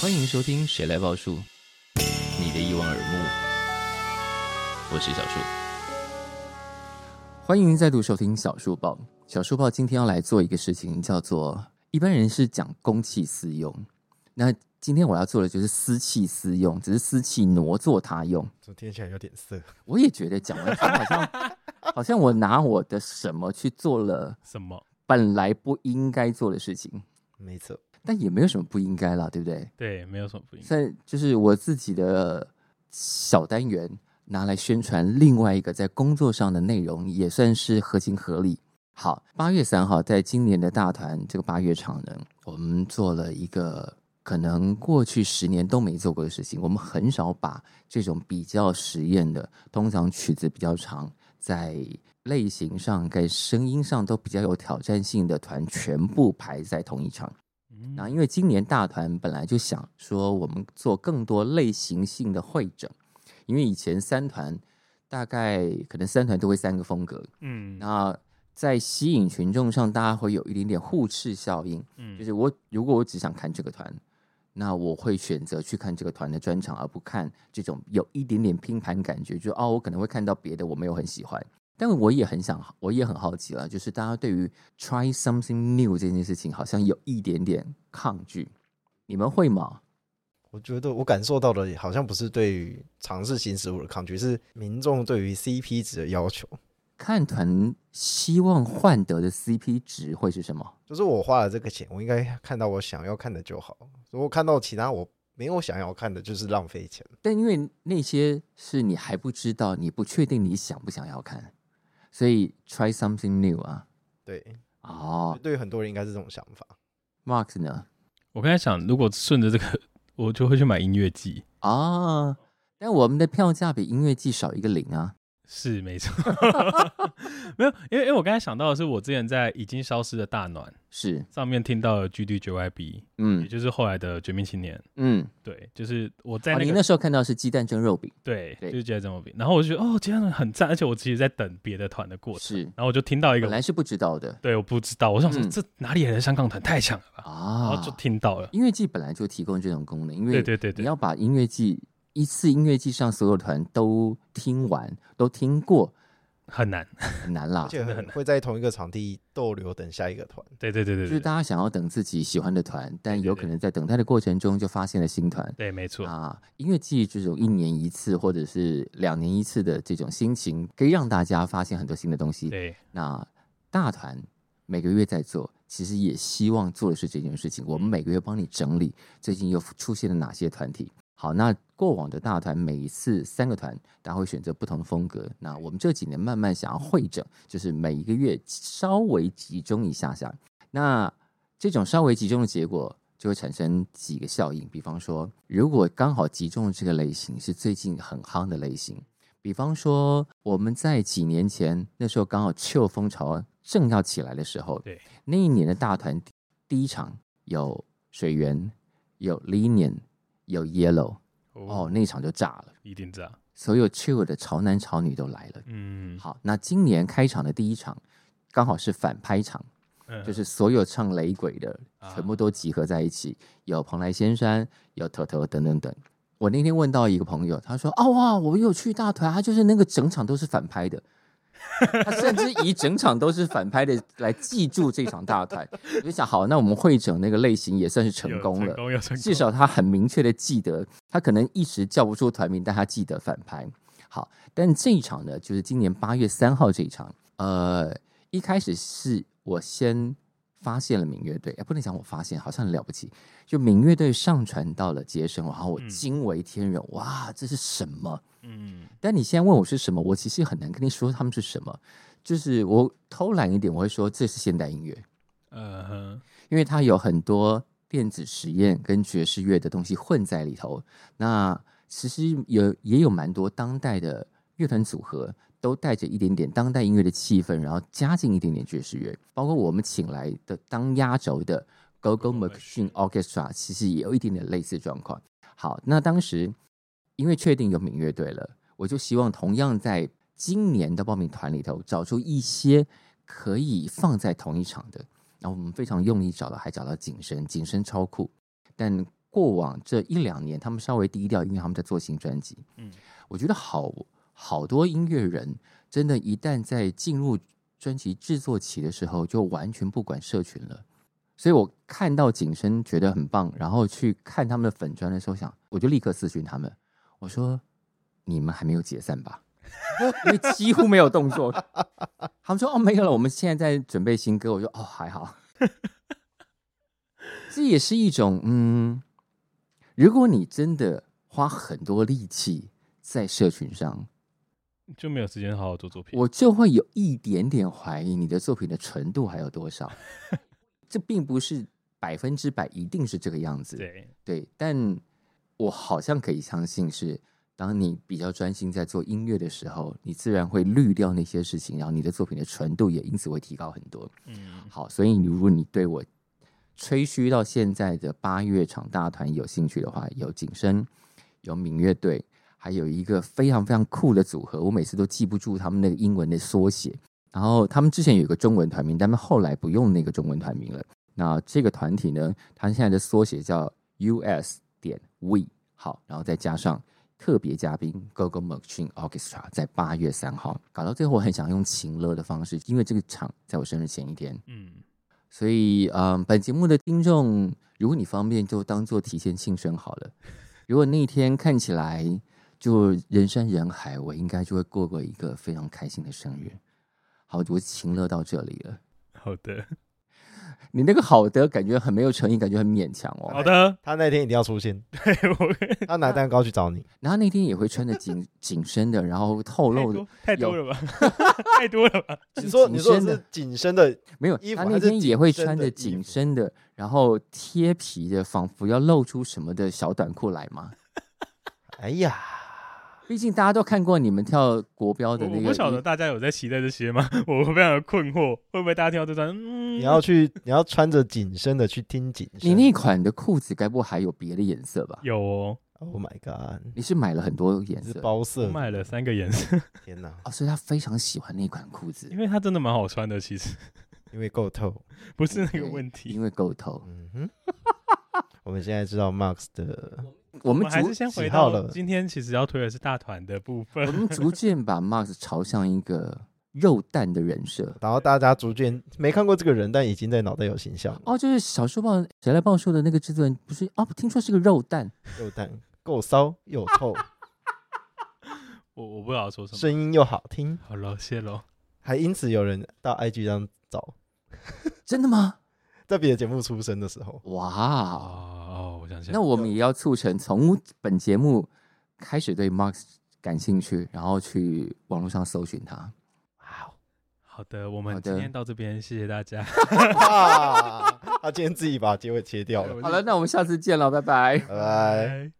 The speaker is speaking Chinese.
欢迎收听《谁来报数》，你的一望而目，我是小树。欢迎再度收听小树报。小树报今天要来做一个事情，叫做一般人是讲公器私用，那今天我要做的就是私器私用，只是私器挪作他用。怎么听起来有点色？我也觉得讲完之后好 像好像我拿我的什么去做了什么？本来不应该做的事情，没错，但也没有什么不应该啦，对不对？对，没有什么不一样。在就是我自己的小单元拿来宣传另外一个在工作上的内容，也算是合情合理。好，八月三号，在今年的大团这个八月场呢，我们做了一个可能过去十年都没做过的事情。我们很少把这种比较实验的，通常曲子比较长，在类型上跟声音上都比较有挑战性的团，全部排在同一场。嗯那因为今年大团本来就想说，我们做更多类型性的会诊，因为以前三团大概可能三团都会三个风格，嗯那在吸引群众上，大家会有一点点互斥效应。嗯就是我如果我只想看这个团，那我会选择去看这个团的专场，而不看这种有一点点拼盘感觉，就哦，我可能会看到别的我没有很喜欢。但我也很想，我也很好奇了，就是大家对于 try something new 这件事情，好像有一点点抗拒。你们会吗？我觉得我感受到的好像不是对于尝试新事物的抗拒，是民众对于 CP 值的要求。看团希望换得的 CP 值会是什么？就是我花了这个钱，我应该看到我想要看的就好。如果看到其他我没有想要看的，就是浪费钱。但因为那些是你还不知道，你不确定你想不想要看，所以 try something new 啊。对，哦对于很多人应该是这种想法。 ，Mark 呢？我刚才想，如果顺着这个，我就会去买音乐季。啊，但我们的票价比音乐季少一个零啊。是没 错，没有，因为因为我刚才想到的是，我之前在已经消失的大暖是，上面听到了 G D J Y B，也嗯就是后来的绝命青年。嗯。对，就是我在哦，那你个、那时候看到是鸡蛋蒸肉饼，对，对就是觉得这么比，然后我就觉得哦，这样很赞，而且我其实在等别的团的过程，是然后我就听到一本个，来是不知道的对，我不知道，我想说、嗯这哪里来的香港团太强了吧，然啊哦后就。听到了，音乐季本来就提供这种功能，因为对对对你对，要把音乐季一次音乐季上所有团都听完、都听过，很难，很难啦而。且很会在同一个场地逗留，等下一个团。对对对就对对是对，大家想要等自己喜欢的团，但对对有对可能在等待的过程中就发现了新团。对，没错，啊，音乐季这种一年一次或者是两年一次的这种心情，可以让大家发现很多新的东西。对，那大团每个月在做，其实也希望做的是这件事情。我们每个月帮你整理最近又出现了哪些团体。好，那过往的大团每一次三个团，大家会选择不同的风格。那我们这几年慢慢想要会整，就是每一个月稍微集中一下下。那这种稍微集中的结果，就会产生几个效应。比方说，如果刚好集中的这个类型是最近很夯的类型，比方说我们在几年前那时候刚好秋风潮正要起来的时候，对，那一年的大团第一场有水源，有 Linian，有 Yellow，哦，哦，那一场就炸了，一定这样，所有 chill 的潮男潮女都来了。嗯，好，那今年开场的第一场刚好是反拍场。嗯就是所有唱雷鬼的啊全部都集合在一起，有蓬莱仙山，有头头等等等。我那天问到一个朋友，他说：“哦哇，我有去大团，他就是那个整场都是反拍的，他甚至以整场都是反拍的来记住这场 大团。”我就想，好，那我们会整那个类型也算是成有功了成，功有成功，至少他很明确的记得，他可能一时叫不出团名，但他记得反拍。好，但这一场呢，就是今年八月三号这一场，呃，一开始是我先发现了民乐队，哎，不能讲我发现，好像很了不起，就民乐队上传到了杰森，然后我嗯惊为天人，哇，这是什么？嗯，但你现在问我是什么，我其实很难跟你说他们是什么，就是我偷懒一点，我会说这是现代音乐。呃哼，因为它有很多电子实验跟爵士乐的东西混在里头。那其实有也有蛮多当代的乐团组合都带着一点点当代音乐的气氛，然后加进一点点爵士乐。包括我们请来的当压轴的 Go Go Go-Go McShane Orchestra，其实也有一点点类似状况。好，那当时因为确定有民乐队了，我就希望同样在今年的报名团里头找出一些可以放在同一场的。然后我们非常用力找了，还找到景深，景深超酷。但过往这一两年，他们稍微低调，因为他们在做新专辑。嗯嗯，我觉得好好多音乐人真的，一旦在进入专辑制作期的时候，就完全不管社群了。所以我看到景深觉得很棒，然后去看他们的粉砖的时候想，我就立刻私讯他们，我说：“你们还没有解散吧？” 因为几乎没有动作。他们说：“哦，没有了，我们现在在准备新歌。”我说：“哦，还好。”这也是一种嗯，如果你真的花很多力气在社群上，就没有时间好好做作品。我就会有一点点怀疑你的作品的纯度还有多少。这并不是百分之百一定是这个样子，对，对，但我好像可以相信是，当你比较专心在做音乐的时候，你自然会滤掉那些事情，然后你的作品的纯度也因此会提高很多。嗯，好，所以如果你对我吹嘘到现在的八乐场大团有兴趣的话，有景深，有民乐队，还有一个非常非常酷的组合，我每次都记不住他们那个英文的缩写。然后他们之前有一个中文团名，但他们后来不用那个中文团名了。那这个团体呢，它现在的缩写叫 US 点 We，好，然后再加上特别嘉宾 Gogo Machine Orchestra，在八月三号搞到最后，我很想用情乐的方式，因为这个场在我生日前一天，嗯，所以，嗯，本节目的听众，如果你方便，就当做提前庆生好了。如果那一天看起来就人山人海，我应该就会过过一个非常开心的生日。好，我情乐到这里了。好的，你那个好的感觉很没有诚意，感觉很勉强好哦。的， 他那天一定要出 现，对我他拿蛋糕去找你。然后那天也会穿着紧紧身的，然后透太露的多哎太多了吧， 太多 了吧，是你说你嗯说的紧身的是紧身的，没有衣，服他还那是天也会紧身穿着的衣紧服身的，然后贴皮的，仿佛要露出什么的小短裤来吗？哎呀，毕竟大家都看过你们跳国标的我那我个，不晓得大家有在期待这些吗？ 我非常的困惑，会不会大家听到这段，嗯，你要去你要穿着紧身的去听紧身。你啊那款的裤子该不会还有别的颜色吧？有哦， Oh my god，你是买了很多颜你是色包我色，买了三个颜色， 天哪，哦，所以他非常喜欢那款裤子因，为它真的蛮好穿的，其实 因为够透。不是那个对问题因。为够 头。嗯哼， 我们现在知道 Max 的，我我们们还是逐先回喜好到了今天，其实要推的是大团的部分我。们逐渐把 Max 朝向一个肉蛋的人设。然后大家逐渐没看过这个人，但已经在脑袋有形象了。哦，就是小书报谁来报数的那个制作人，不是哦，听说是个肉蛋，又淡够骚又 透，我我不知道说什么。声音又好听，好了，谢喽。还因此有人到 IG 上找，真的吗？在别的节目出生的时候，哇哦哦，哦，我想起来那我们也要促成从本节目开始对 Max 感兴趣，然后去网络上搜寻他。好的，我好们的今天到这边，谢谢大家。哇，他今天自己把结尾切掉了，好了，那我们下次见了，拜拜。拜拜。拜。